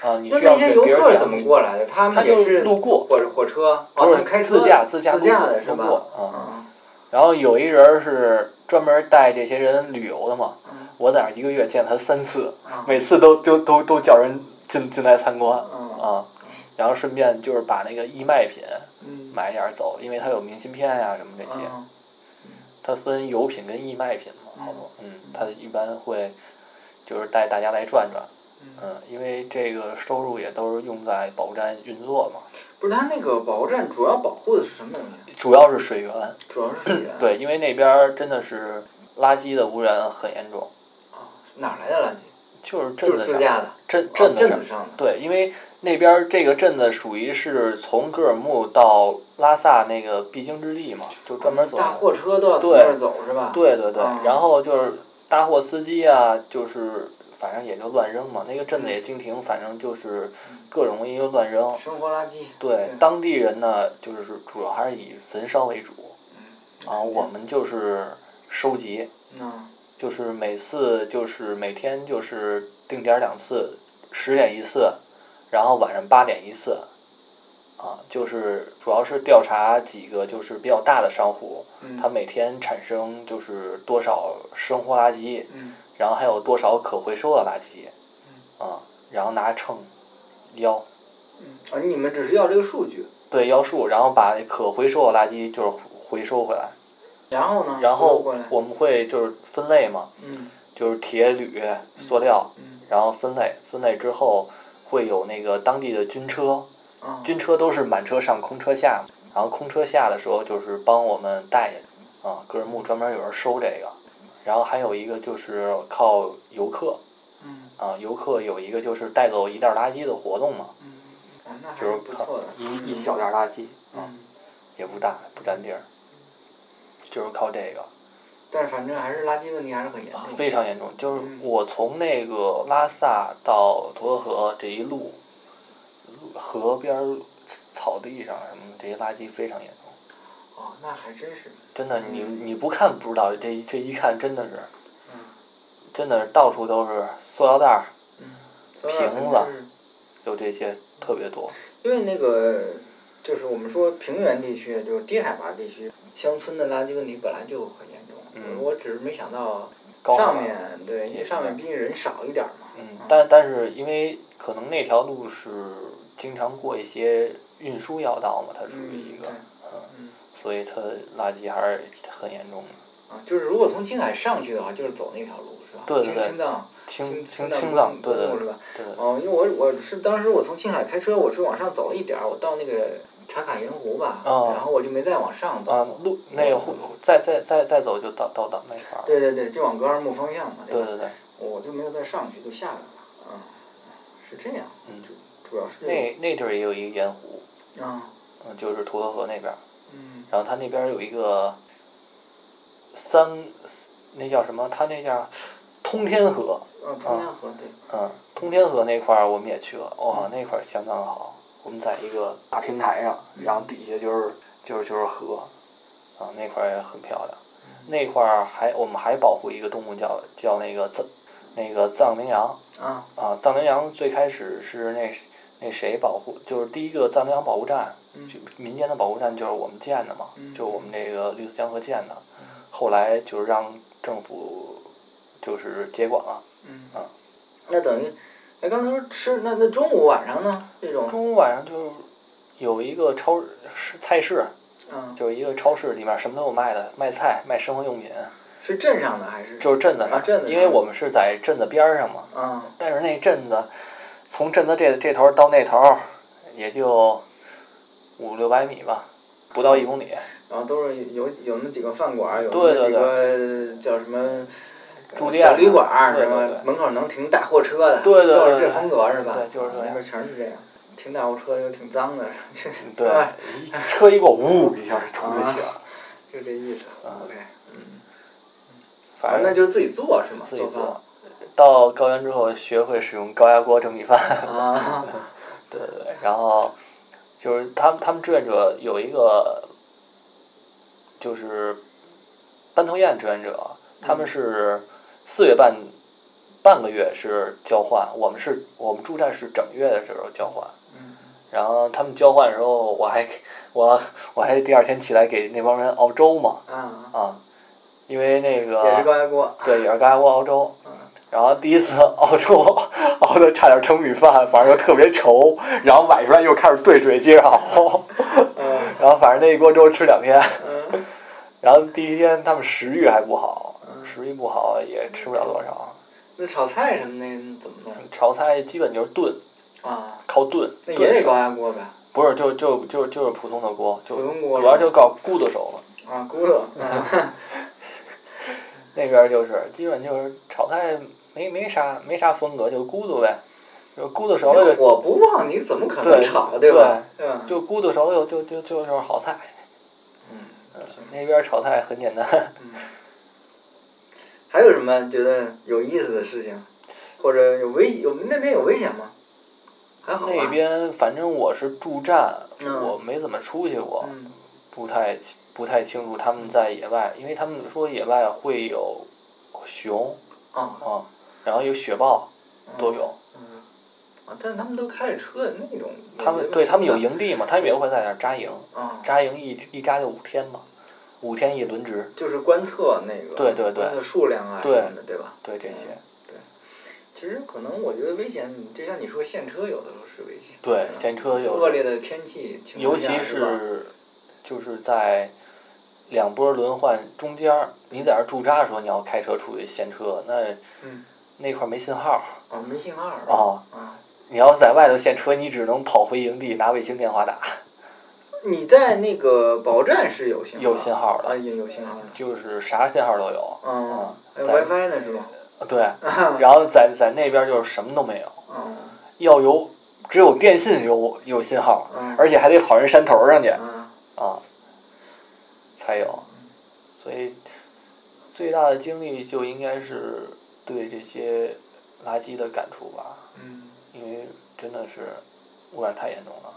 C: 啊，你
B: 那
C: 需要
B: 那些
C: 给
B: 游
C: 别人
B: 客怎
C: 讲
B: 么
C: 解。
B: 过来的？他
C: 他
B: 们
C: 就
B: 也
C: 是
B: 是
C: 路过，
B: 火火车，哦，他
C: 不
B: 们
C: 是
B: 开车
C: 自驾自驾
B: 自驾的是
C: 路
B: 吧？
C: 过啊。
B: 嗯
C: 然后有一人是专门带这些人旅游的嘛
B: 嗯，
C: 我在那儿一个月见他三次，
B: 啊
C: 每次都都都都叫人进进来参观
B: 嗯
C: 啊，然后顺便就是把那个义卖品
B: 嗯
C: 买点儿走，因为他有明信片呀、什么这些。
B: 嗯
C: 它分油品跟义卖品嘛，
B: 嗯
C: 好多，嗯，它一般会就是带大家来转转，
B: 嗯，
C: 嗯，因为这个收入也都是用在保护站运作嘛，
B: 不是，他那个保护站主要保护的是什么东西？
C: 主要是水源，
B: 主要是 水源。
C: 对，因为那边儿真的是垃圾的污染很严重，
B: 啊，哪儿来的垃圾？
C: 就是
B: 就是
C: 镇子
B: 自
C: 上，
B: 驾的，哦
C: 镇
B: 镇
C: 镇子上，
B: 子上的。
C: 对，因为那边儿这个镇子属于是从格尔木到拉萨那个必经之地嘛，就专门走啊
B: 大货车都要从那儿走是吧？
C: 对对对
B: 啊，
C: 然后就是大货司机啊，就是反正也就乱扔嘛。那个镇子也经停，反正就是各种东西就乱扔。
B: 生活垃圾。
C: 对当地人呢，就是主要还是以焚烧为主，啊，我们就是收集，
B: 嗯，
C: 就是每次就是每天就是定点儿两次，十点一次，然后晚上八点一次，啊，就是主要是调查几个就是比较大的商户，
B: 嗯
C: 它每天产生就是多少生活垃圾，
B: 嗯
C: 然后还有多少可回收的垃圾，啊，然后拿秤腰，
B: 嗯，啊，你们只是要这个数据，
C: 对腰束，然后把可回收的垃圾就是回收回来，
B: 然后呢？
C: 然
B: 回
C: 后
B: 头过来，
C: 我们会就是分类嘛，
B: 嗯
C: 就是铁、铝、塑料，
B: 嗯
C: 然后分类，分类之后会有那个当地的军车，
B: 啊，
C: 军车都是满车上，空车下嘛，然后空车下的时候就是帮我们带下去，啊，格尔木专门有人收这个，然后还有一个就是靠游客，
B: 嗯
C: 啊，游客有一个就是带走一袋垃圾的活动嘛，
B: 嗯，啊，那还
C: 就是是
B: 不
C: 靠
B: 错的，
C: 一一小袋垃圾，啊，
B: 嗯，
C: 也不大，不占地儿，就是靠这个。
B: 但是反正还是垃圾问题还是很严
C: 啊
B: 重。
C: 非常严重。就是
B: 嗯
C: 我从那个拉萨到沱河这一路，河边儿草地上什么这些垃圾非常严重，
B: 哦，那还真是，
C: 真的你你不看不知道，这这一看真的是，
B: 嗯
C: 真的是到处都是塑料袋儿，
B: 嗯，
C: 平了就这些特别多。
B: 因为那个就是我们说平原地区，就是低海拔地区，乡村的垃圾问题本来就很严重。
C: 嗯
B: 我只是没想到
C: 高海拔
B: 上面对，因为上面毕竟人少一点嘛。啊
C: 嗯，但但是因为可能那条路是经常过一些运输要道嘛，它属于一个
B: 嗯，
C: 嗯，所以它垃圾还是很严重的。
B: 啊，就是如果从青海上去的话，就是走那条路是吧？
C: 对对对
B: 青青藏，
C: 青
B: 青
C: 青
B: 藏
C: 藏，
B: 公
C: 对对
B: 路是
C: 对
B: 吧？
C: 对对，
B: 哦，因为我我是当时我从青海开车，我是往上走了一点儿，我到那个茶卡盐湖吧，
C: 哦
B: 然后我就没再往上走。
C: 啊，路那个湖，再再再再走就到到到那块儿了。
B: 对对对，就往格尔木方向嘛，
C: 对
B: 吧？
C: 对对，
B: 我就没有再上去，就下来了。嗯，是这样，
C: 嗯
B: 就主要是这
C: 那那地儿也有一个盐湖，
B: 个啊，
C: 嗯，就是图河河那边儿，
B: 嗯
C: 然后它那边儿有一个三，那叫什么？它那叫通天河，
B: 啊，通天河对，
C: 嗯，通天河那块儿我们也去了，哇、那块儿相当好。我们在一个大平台上，然后底下就是就是就是河，啊，那块儿也很漂亮。那块儿还我们还保护一个动物叫叫那个藏那个藏羚羊
B: 啊
C: 啊，藏羚羊最开始是那那谁保护，就是第一个藏羚羊保护站，
B: 嗯
C: 就民间的保护站就是我们建的嘛，
B: 嗯
C: 就是我们这个绿色江河建的，后来就是让政府就是接管了。
B: 嗯
C: 啊，
B: 那等于，哎，刚才说吃那那中午晚上呢？这种
C: 中午晚上就是有一个超市菜市，
B: 嗯，
C: 就是一个超市里面什么都有卖的，卖菜、卖生活用品，
B: 是镇上的还是
C: 就是镇子那儿
B: 啊镇子那儿
C: 因为我们是在镇子边儿上嘛。
B: 啊
C: 但是那镇子，从镇子这这头到那头，也就五六百米吧，不到一公里。
B: 然后都是有有那几个饭馆儿，有
C: 对
B: 那
C: 对
B: 几个叫什么
C: 住
B: 呃
C: 店
B: 小旅馆儿，
C: 对
B: 什
C: 对
B: 么
C: 对
B: 门口能停大货车的，
C: 对对对
B: 都是
C: 对
B: 这风格是吧？啊
C: 对就是这样
B: 那边全是这样，停大货车又挺脏的，
C: 对
B: 吧，
C: 一车一过，呜一下就出去了。
B: 就这意思。
C: 啊
B: OK，嗯，
C: 反正
B: 那就是自己做是吗？
C: 自己
B: 做
C: 做。到高原之后，学会使用高压锅蒸米 饭。
B: 饭啊，
C: 对对对，然后就是他们他们志愿者有一个就是班头宴志愿者，他
B: 嗯
C: 们是四月半半个月是交换，我们是我们驻站是整月的时候交换，
B: 嗯
C: 然后他们交换的时候，我还我我还第二天起来给那帮人熬粥嘛
B: 啊，
C: 啊，因为那
B: 也是
C: 个
B: 高压锅，
C: 对也是刚才我熬粥，
B: 嗯
C: 然后第一次熬粥熬的差点成米饭，反正又特别稠，然后崴出来又开始兑水接着熬，
B: 嗯
C: 然后反正那一锅粥吃两天，
B: 嗯
C: 然后第一天他们食欲还不好，
B: 嗯
C: 食欲不好也吃不了多少，
B: 那炒菜什么的怎么弄
C: 炒菜基本就是炖，
B: 啊？
C: 靠炖，
B: 那也
C: 炖
B: 得
C: 熟
B: 高压锅呗，
C: 不是就就就就是普通的锅，就
B: 普通锅
C: 主要就搞咕嘟熟了，
B: 啊，咕噜，啊
C: 那边就是基本就是炒菜没没啥没啥风格，就咕嘟呗，就咕嘟熟了 就
B: 火嗯不旺，你怎么可能
C: 对
B: 炒对吧？嗯对吧？
C: 就咕嘟熟了就就就就是好菜。
B: 嗯
C: 嗯，那边炒菜很简单，
B: 嗯，还有什么觉得有意思的事情，或者有危有那边有危险吗？还好吧
C: 那边反正我是驻站，
B: 嗯
C: 我没怎么出去过，
B: 嗯
C: 不太不太清楚他们在野外，因为他们说野外会有熊
B: 哦
C: 啊，然后有雪豹都有，
B: 嗯啊，但是他们都开着车那种，
C: 他们对他们
B: 嗯
C: 有营地嘛，他们也会在那儿扎营，
B: 啊，
C: 扎营一一扎就五天嘛，五天一轮值，
B: 就是观测那个
C: 对对对
B: 观测数量啊什
C: 对
B: 么的，对吧？
C: 对这些，
B: 嗯其实可能我觉得危险，就像你说现车有的时候是危险，
C: 对
B: 吧
C: 现车有
B: 恶劣的天气情
C: 尤
B: 况下，
C: 其
B: 吧
C: 是就是在两波轮换中间儿，你在这儿驻扎的时候，你要开车出去现车，那
B: 嗯
C: 那块儿没信号
B: 哦没信号
C: 啊、哦
B: 啊，
C: 你要在外头现车，你只能跑回营地拿卫星电话打，
B: 你在那个保站是有信号
C: 有信号的
B: 啊，也有信号的。
C: 就是啥信号都有。啊
B: 嗯，还有
C: 在
B: WiFi 呢是吗？
C: 对，然后在在那边就是什么都没有，
B: 嗯
C: 要有只有电信有有信号，
B: 嗯
C: 而且还得跑人山头上去
B: 嗯
C: 啊，才有。所以最大的经历就应该是对这些垃圾的感触吧，
B: 嗯，
C: 因为真的是污染太严重了，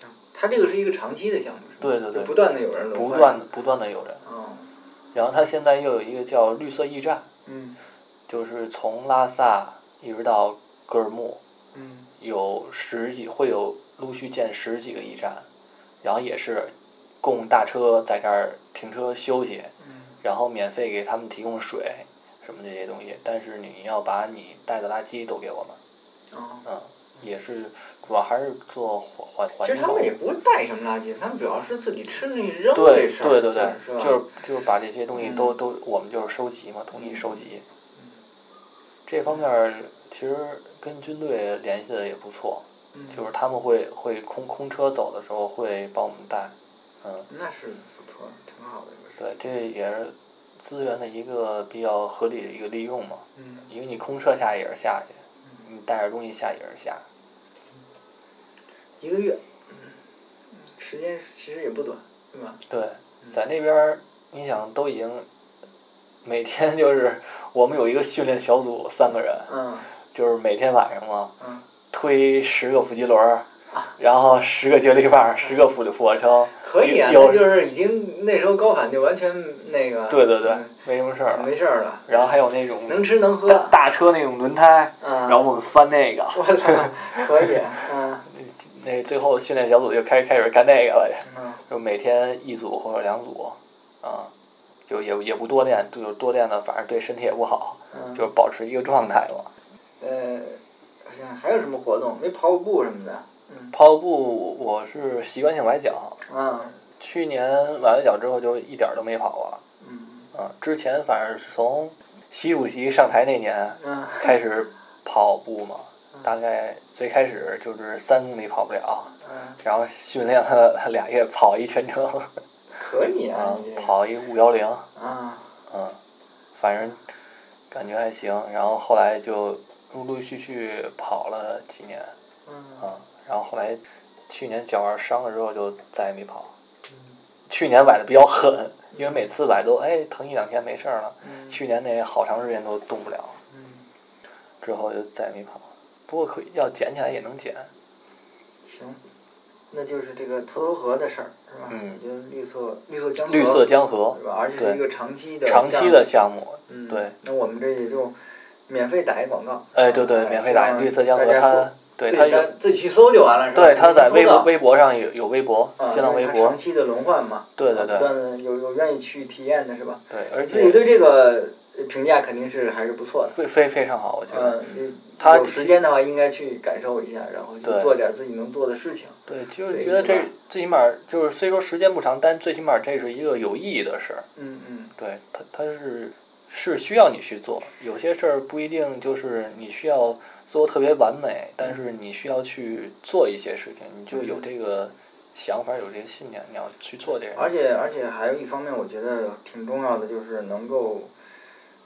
B: 行，它这个是一个长期的项目是吗？
C: 对对对
B: 就不断的有人轮
C: 不
B: 换。
C: 断地不断的有人。
B: 哦。
C: 然后他现在又有一个叫绿色驿站，
B: 嗯
C: 就是从拉萨一直到格尔木，
B: 嗯
C: 有十几会有陆续建十几个驿站，然后也是供大车在这儿停车休息，
B: 嗯
C: 然后免费给他们提供水什么这些东西，但是你要把你带的垃圾都给我们，
B: 哦。
C: 嗯，也是主要还是做环环
B: 其实
C: 环
B: 他
C: 保
B: 们。也不是带什么垃圾，他们主要是自己吃那扔
C: 对
B: 这事儿，
C: 对对对，
B: 是吧？
C: 就是就是把这些东西
B: 嗯
C: 都都，我们就是收集嘛，统一收集。这方面儿其实跟军队联系的也不错，
B: 嗯
C: 就是他们会会空空车走的时候会帮我们带，嗯，
B: 那是不错，挺好的一个事
C: 对
B: 情。，
C: 这也是资源的一个比较合理的一个利用嘛，
B: 嗯
C: 因为你空车下也是下去，你带着东西下也是下，
B: 一个月，嗯时间其实也不短，对吧？
C: 对，在那边儿你想都已经每天就是 我们有一个训练小组三个人，
B: 嗯
C: 就是每天晚上嘛
B: 嗯，
C: 推十个腹肌轮儿，然后十个接力棒，十个俯俯卧撑，
B: 啊可以啊，
C: 有
B: 那就是已经那时候高反就完全那个
C: 对对对
B: 嗯，
C: 没什么事儿了。
B: 没事儿了，
C: 然后还有那种
B: 能吃能喝，
C: 大大车那种轮胎，
B: 嗯，
C: 然后我们翻那个，
B: 我操，可以，嗯
C: 那最后训练小组就开开始干那个了，
B: 嗯
C: 就每天一组或者两组，啊，就也也不多练，就多练呢，反正对身体也不好，
B: 嗯，
C: 就是保持一个状态嘛。
B: 呃，好像还有什么活动？没跑跑步什么的，嗯
C: 跑步我是习惯性崴脚，
B: 啊
C: 去年崴了脚之后就一点儿都没跑了，
B: 嗯
C: 啊，之前反正是从习主席上台那年
B: 嗯
C: 开始跑步嘛，大概最开始就是三公里跑不了，
B: 嗯，
C: 然后训练了 俩月跑一全程，
B: 可以啊
C: 啊，
B: 你，这
C: 跑一五幺零，
B: 啊
C: 嗯，反正感觉还行。然后后来就陆陆续续跑了几年，
B: 嗯
C: 啊，然后后来去年脚腕伤了之后就再也没跑。
B: 嗯
C: 去年崴的比较狠，因为每次崴都哎疼一两天没事儿了，
B: 嗯
C: 去年那好长时间都动不了，
B: 嗯，
C: 之后就再也没跑。不过可以要捡起来也能捡，
B: 行，那就是这个沱头河的事儿是吧？
C: 嗯
B: 就是绿色绿色江河
C: 绿色江河
B: 是吧？而且是一
C: 对
B: 个长期的
C: 长期
B: 项
C: 的
B: 目
C: 项目，
B: 嗯
C: 对，
B: 那我们这也就免费打一广告。
C: 哎对对，
B: 啊
C: 免费打绿色江河，
B: 希望大家
C: 它对
B: 自
C: 它
B: 己
C: 有
B: 单自己去搜就完了，是吧？
C: 对，他在微博
B: 博
C: 微博上有有微博，
B: 啊，
C: 新浪微
B: 因为它
C: 博
B: 长，期的轮换嘛，啊
C: 对对
B: 不断
C: 对
B: 的有有愿意去体验的是吧？
C: 对，而
B: 自己
C: 且
B: 对这个评价肯定是还是不错的。
C: 非非非常好，我觉得，
B: 嗯，有
C: 它
B: 有时间的话，应该去感受一下，然后去
C: 对
B: 做点自己能做的事情。
C: 对，就是
B: 对
C: 觉得
B: 对
C: 这
B: 吧
C: 最起码就是虽说时间不长，但最起码这是一个有意义的事儿，
B: 嗯嗯
C: 对，它它是是需要你去做，有些事儿不一定就是你需要做得特别完美，但是你需要去做一些事情，你就
B: 嗯
C: 有这个想法，有这个信念，你要去做这个，
B: 而且而且还有一方面，我觉得挺重要的，就是能够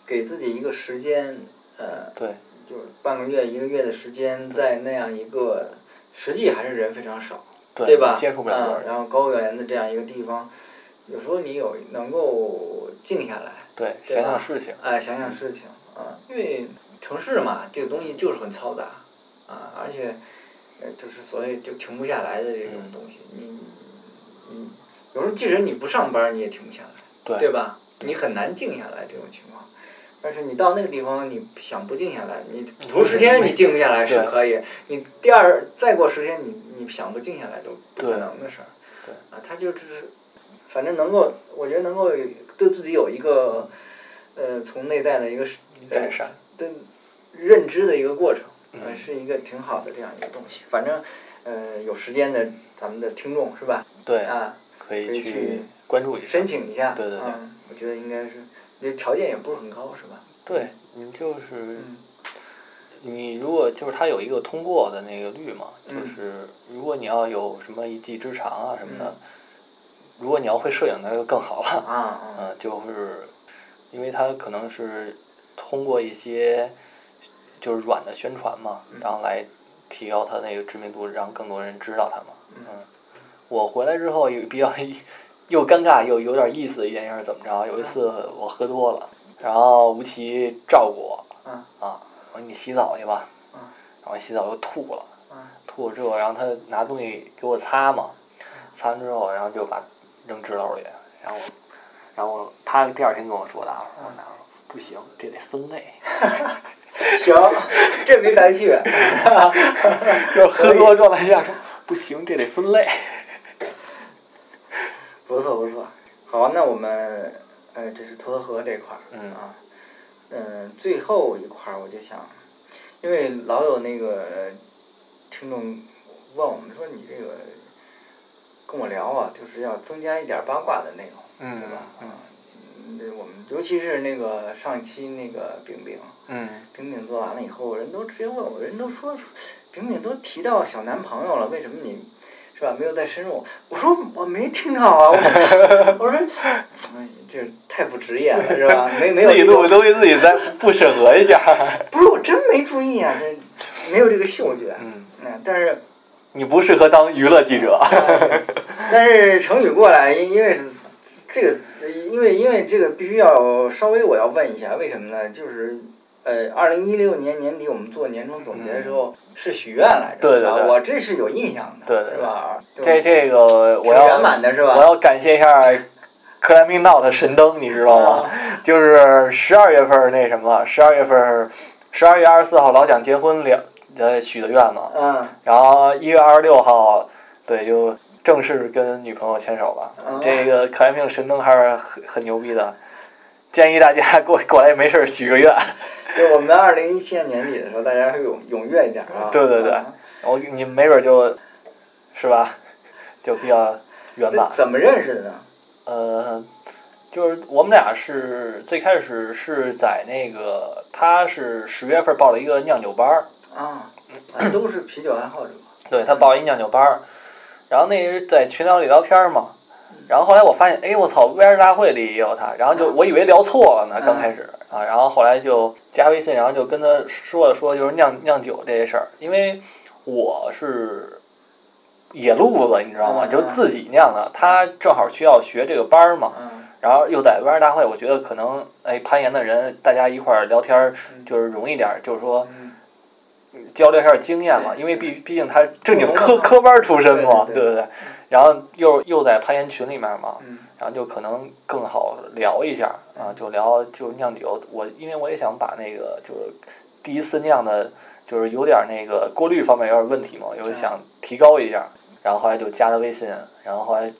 B: 给自己一个时间，呃，
C: 对
B: 就是半个月、一个月的时间，在那样一个实际还是人非常少，
C: 对
B: 吧？
C: 接触不了多
B: 嗯
C: 少人，
B: 然后高原的这样一个地方，有时候你有能够静下来，
C: 对，
B: 对
C: 想
B: 吧
C: 想事情，
B: 哎，想想事情啊，因为城市嘛，这个东西就是很嘈杂啊，而且呃，就是所谓就停不下来的这种
C: 嗯
B: 东西，你你有时候即使你不上班，你也停不下来，
C: 对
B: 对吧？你很难静下来这种情况。但是你到那个地方，你想不静下来，你头十天你静不下来是
C: 对
B: 可以，你第二再过十天你你想不静下来都不可
C: 对
B: 能的事儿。
C: 对
B: 啊，他就是，反正能够，我觉得能够对自己有一个呃，从内在的一个是呃
C: 改善，嗯
B: 对认知的一个过程，呃，是一个挺好的这样一个东西。反正，呃，有时间的咱们的听众是吧？
C: 对，
B: 啊，
C: 可以
B: 可以
C: 去
B: 去
C: 关注一下
B: 申。请一下，
C: 对对对
B: 嗯，我觉得应该是，这条件也不是很高，是吧？
C: 对，你就是
B: 嗯
C: 你如果就是它有一个通过的那个率嘛，就
B: 嗯
C: 是如果你要有什么一技之长啊什么的
B: 嗯，
C: 如果你要会摄影那就更好了。
B: 啊
C: 嗯，就是因为它可能是通过一些就是软的宣传嘛，然后来提高它那个知名度，让更多人知道它嘛。嗯，我回来之后有比较又尴尬又有点意思的一件事儿怎么着？有一次我喝多了，然后吴奇照顾我。
B: 啊啊
C: 啊，我说你洗澡去吧，
B: 嗯
C: 然后洗澡又吐了，
B: 啊
C: 吐了之后，然后他拿东西给我擦嘛，擦完之后，然后就把扔纸篓里，然后我，然后我他第二天跟我说的啊，我说不行，这得分 类，
B: 行，这没白 去。
C: 就是喝多状态下说不行，这得分类，
B: 不错不错，好，那我们呃，这是沱头河这块儿，
C: 嗯
B: 啊，嗯、最后一块儿我就想，因为老有那个听众问我们说你这个跟我聊啊，就是要增加一点儿八卦的内容，
C: 嗯
B: 对吧？
C: 嗯
B: 啊，嗯这我们尤其是那个上期那个饼饼，
C: 嗯，
B: 饼饼做完了以后，人都直接问我，人都说饼饼都提到小男朋友了，为什么你是吧没有再深入？我说我没听到啊，我我说哎，这太不职业了是吧？没没有
C: 自己
B: 这个
C: 录的东西自己再不审核一下，
B: 不是我真没注意啊，这没有这个嗅觉。
C: 嗯，
B: 嗯，但是
C: 你不适合当娱乐记 者。
B: 但是成语过来，因因为是这个，因为因为这个必须要稍微我要问一下，为什么呢？就是呃，二零一六年年底我们做年终总结的时候、是许愿来着，
C: 嗯对
B: 是吧
C: 对对
B: 我这是有印象的，
C: 对对对
B: 是吧？
C: 这这个我
B: 挺
C: 要
B: 圆满的是吧？
C: 我要感谢一下 Climbing Not 神灯，你知道吗？
B: 啊
C: 就是十二月份儿那什么，十二月份，十二月二十四号老蒋结婚了，呃，许的愿嘛。
B: 嗯，
C: 然后一月二十六号，对，就正式跟女朋友牵手了。
B: 嗯
C: 这个 Climbing 神灯还是很很牛逼的，建议大家过过来没事儿许个愿。
B: 就我们二零一七年年底的时候，大家还踊踊跃一点啊。
C: 对对对
B: 嗯
C: 我你没准儿就，是吧，就比较圆满
B: 那。怎么认识的呢？
C: 呃，就是我们俩是最开始是在那个，他是十月份报了一个酿酒班儿，
B: 啊，
C: 嗯
B: 啊都是啤酒爱好者。
C: 对他报了一酿酒班儿，然后那是在群聊里聊天儿嘛，
B: 嗯
C: 然后后来我发现，哎，我操，VR 大会里也有他，然后就我以为聊错了
B: 嗯
C: 呢，刚开始啊，然后后来就加微信，然后就跟他说了说就是酿酿酒这些事儿，因为我是。野路子，你知道吗？
B: 嗯
C: 就自己酿的。他正好需要学这个班儿嘛，
B: 嗯，
C: 然后又在 VR 大会，我觉得可能哎，攀岩的人大家一块儿聊天儿
B: 嗯
C: 就是容易点儿，就是说
B: 嗯
C: 交流一下经验嘛，
B: 对
C: 因为毕毕竟他正经
B: 不同
C: 科
B: 嘛
C: 科班儿出身嘛，
B: 对对对
C: 对不对？然后又又在攀岩群里面嘛，
B: 嗯
C: 然后就可能更好聊一下啊，就聊就酿酒。我因为我也想把那个就是第一次酿的，就是有点儿那个过滤方面有点儿问题嘛，
B: 嗯
C: 有想提高一下。然后后来就加他微信，然后后来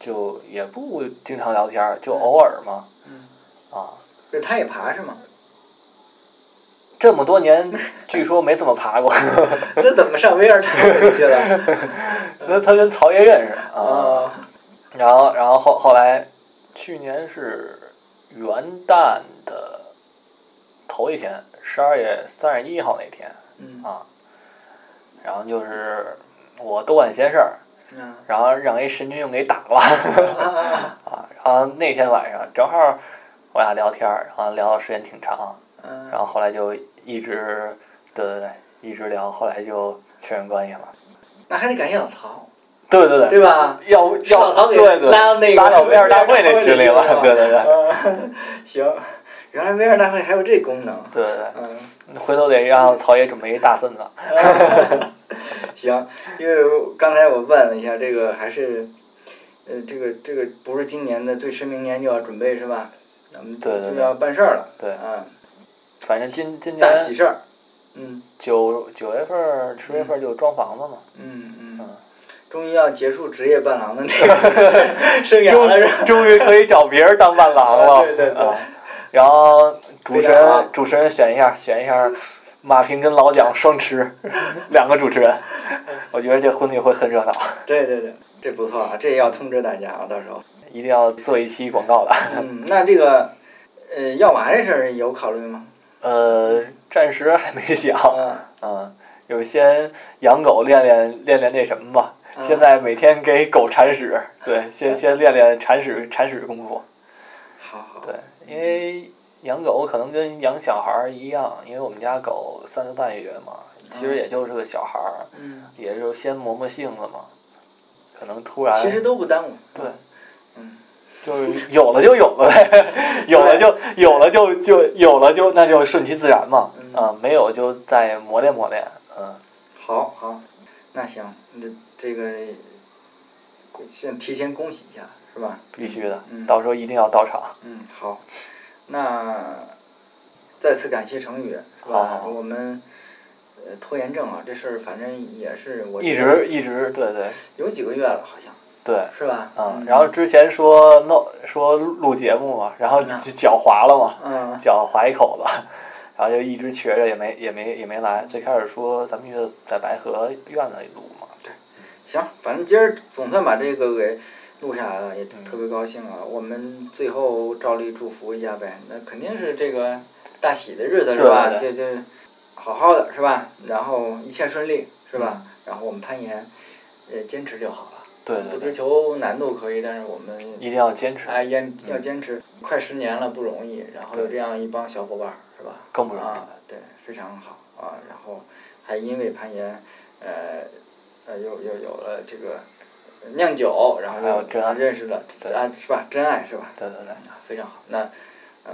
C: 就也不经常聊天儿，就偶尔嘛
B: 嗯，
C: 啊。
B: 就是他也爬是吗？
C: 这么多年，据说没怎么爬过。
B: 那怎么上威尔塔会去了？
C: 那他跟曹爷认识啊，
B: 啊，
C: 然后然后后后来，去年是元旦的头一天，十二月三十一号那天
B: 嗯
C: 啊，然后就是我多管闲事儿，
B: 嗯
C: 然后让一神经病给打了
B: 啊
C: 啊，然后那天晚上正好我俩聊天儿，然后聊的时间挺长，
B: 嗯
C: 然后后来就一直对一直聊，后来就确认关系了，
B: 那还得感谢老曹，
C: 对对对
B: 对吧？
C: 要
B: 老
C: 要
B: 曹给
C: 对对
B: 拉到那个
C: 拉到威尔大会
B: 那
C: 那群里了，对对对
B: 对。 行，原来威尔大会还有这功能。
C: 对对
B: 嗯，
C: 对，回头得让曹爷准备一大份子。
B: 行，因为刚才我问了一下，这个还是，呃，这个这个不是今年的，最迟明年就要准备是吧？咱们
C: 对对
B: 就要办事儿了。
C: 对
B: 嗯，
C: 反正今今
B: 大喜
C: 年
B: 事儿。嗯
C: 九九月份儿、十月份儿就装房子嘛，
B: 嗯嗯
C: 嗯，
B: 终于要结束职业伴郎的那 个生涯嗯了是吧？
C: 终终于可以找别人当伴郎了。
B: 对对对
C: 啊然后主持
B: 非常好
C: 人主持人选一下，选一下马平跟老蒋双持 两个主持人，我觉得这婚礼会很热闹，
B: 对对对，这不错啊，这也要通知大家啊，到时 候。
C: 一定要做一期广告的。
B: 嗯，那这个，呃，药娃这事儿有考虑吗？
C: 呃，暂时还没想。
B: 啊，
C: 嗯，有先养狗练练练练那什么吧。
B: 嗯
C: 现在每天给狗铲屎，对，先先练练铲屎铲屎功夫。
B: 好好。
C: 对，因为养狗可能跟养小孩儿一样，因为我们家狗三个半月嘛，其实也就是个小孩儿，
B: 嗯，
C: 也就先磨磨性子嘛。可能突然
B: 其实都不耽误。
C: 对
B: 嗯，
C: 就是有了就有了 呗，有了就有了就就有了就那就顺其自然嘛。
B: 嗯
C: 啊，没有就再磨练磨练，嗯。
B: 好好，那行，那这个先提前恭喜一下，是吧？
C: 必须的
B: 嗯，
C: 到时候一定要到场。
B: 嗯，好，那再次感谢程宇，是吧？
C: 好好
B: 我们呃拖延症啊，这事儿反正也是我
C: 一直一直对对
B: 有几个月了，好像
C: 对，
B: 是吧？
C: 嗯，然后之前说弄说录节目嘛，然后
B: 嗯
C: 就脚划了嘛，
B: 嗯
C: 脚划一口子，然后就一直瘸着也没也没也没来。最开始说咱们就在白河院子里录嘛，
B: 行，反正今儿总算把这个给录下来了，也
C: 嗯
B: 特别高兴啊。我们最后照例祝福一下呗，那肯定是这个大喜的日子是吧？
C: 对对
B: 这这好好的是吧？然后一切顺利是吧？然后我们攀岩，呃，坚持就好了。
C: 嗯对
B: 不追
C: 对对，
B: 求难度可以，但是我们
C: 一定要坚持，
B: 哎坚要坚持，快十年了不容易，然后有这样一帮小伙伴儿是吧？
C: 更不容易。
B: 啊，对，非常好啊。然后还因为攀岩，呃，
D: 呃，又又有了这个酿酒，然后
C: 还有真爱
D: 又认识了
C: 对
D: 啊，是吧？真爱是吧？
C: 对对对，
D: 啊非常好。那呃，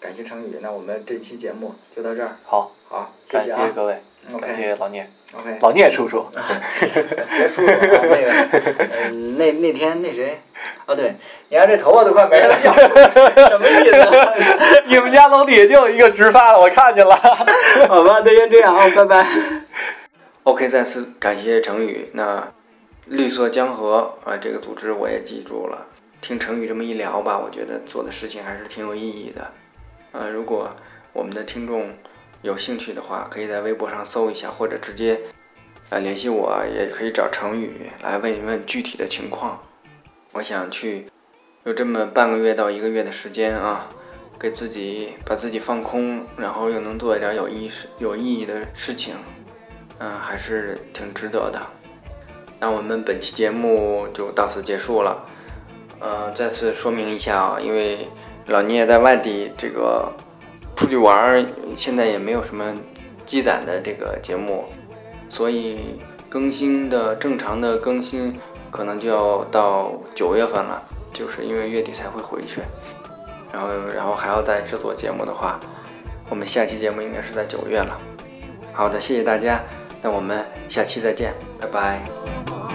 D: 感谢成宇，那我们这期节目就到这儿，
C: 好，
D: 好，谢
C: 感
D: 谢
C: 谢
D: 啊
C: 各位，
D: OK
C: 感谢老聂，
D: ，OK，
C: 老聂叔叔，
D: 别说了啊，那个，呃那那天那谁，哦对，你看这头发都快没 了，什么意思啊？
C: 你们家楼底下就有一个直发的，我看见了。
D: 好吧，那就这样啊，拜拜。
B: OK，再次感谢成宇。那绿色江河啊，这个组织我也记住了。听成宇这么一聊吧，我觉得做的事情还是挺有意义的。呃，如果我们的听众有兴趣的话，可以在微博上搜一下，或者直接呃联系我，也可以找成宇来问一问具体的情况。我想去有这么半个月到一个月的时间啊，给自己把自己放空，然后又能做一点有意识、有意义的事情。嗯，还是挺值得的。那我们本期节目就到此结束了。呃，再次说明一下啊，因为老聂在外地，这个出去玩儿现在也没有什么积攒的这个节目，所以更新的正常的更新可能就要到九月份了，就是因为月底才会回去。然后，然后还要再制作节目的话，我们下期节目应该是在九月了。好的，谢谢大家，那我们下期再见，拜拜。
E: 我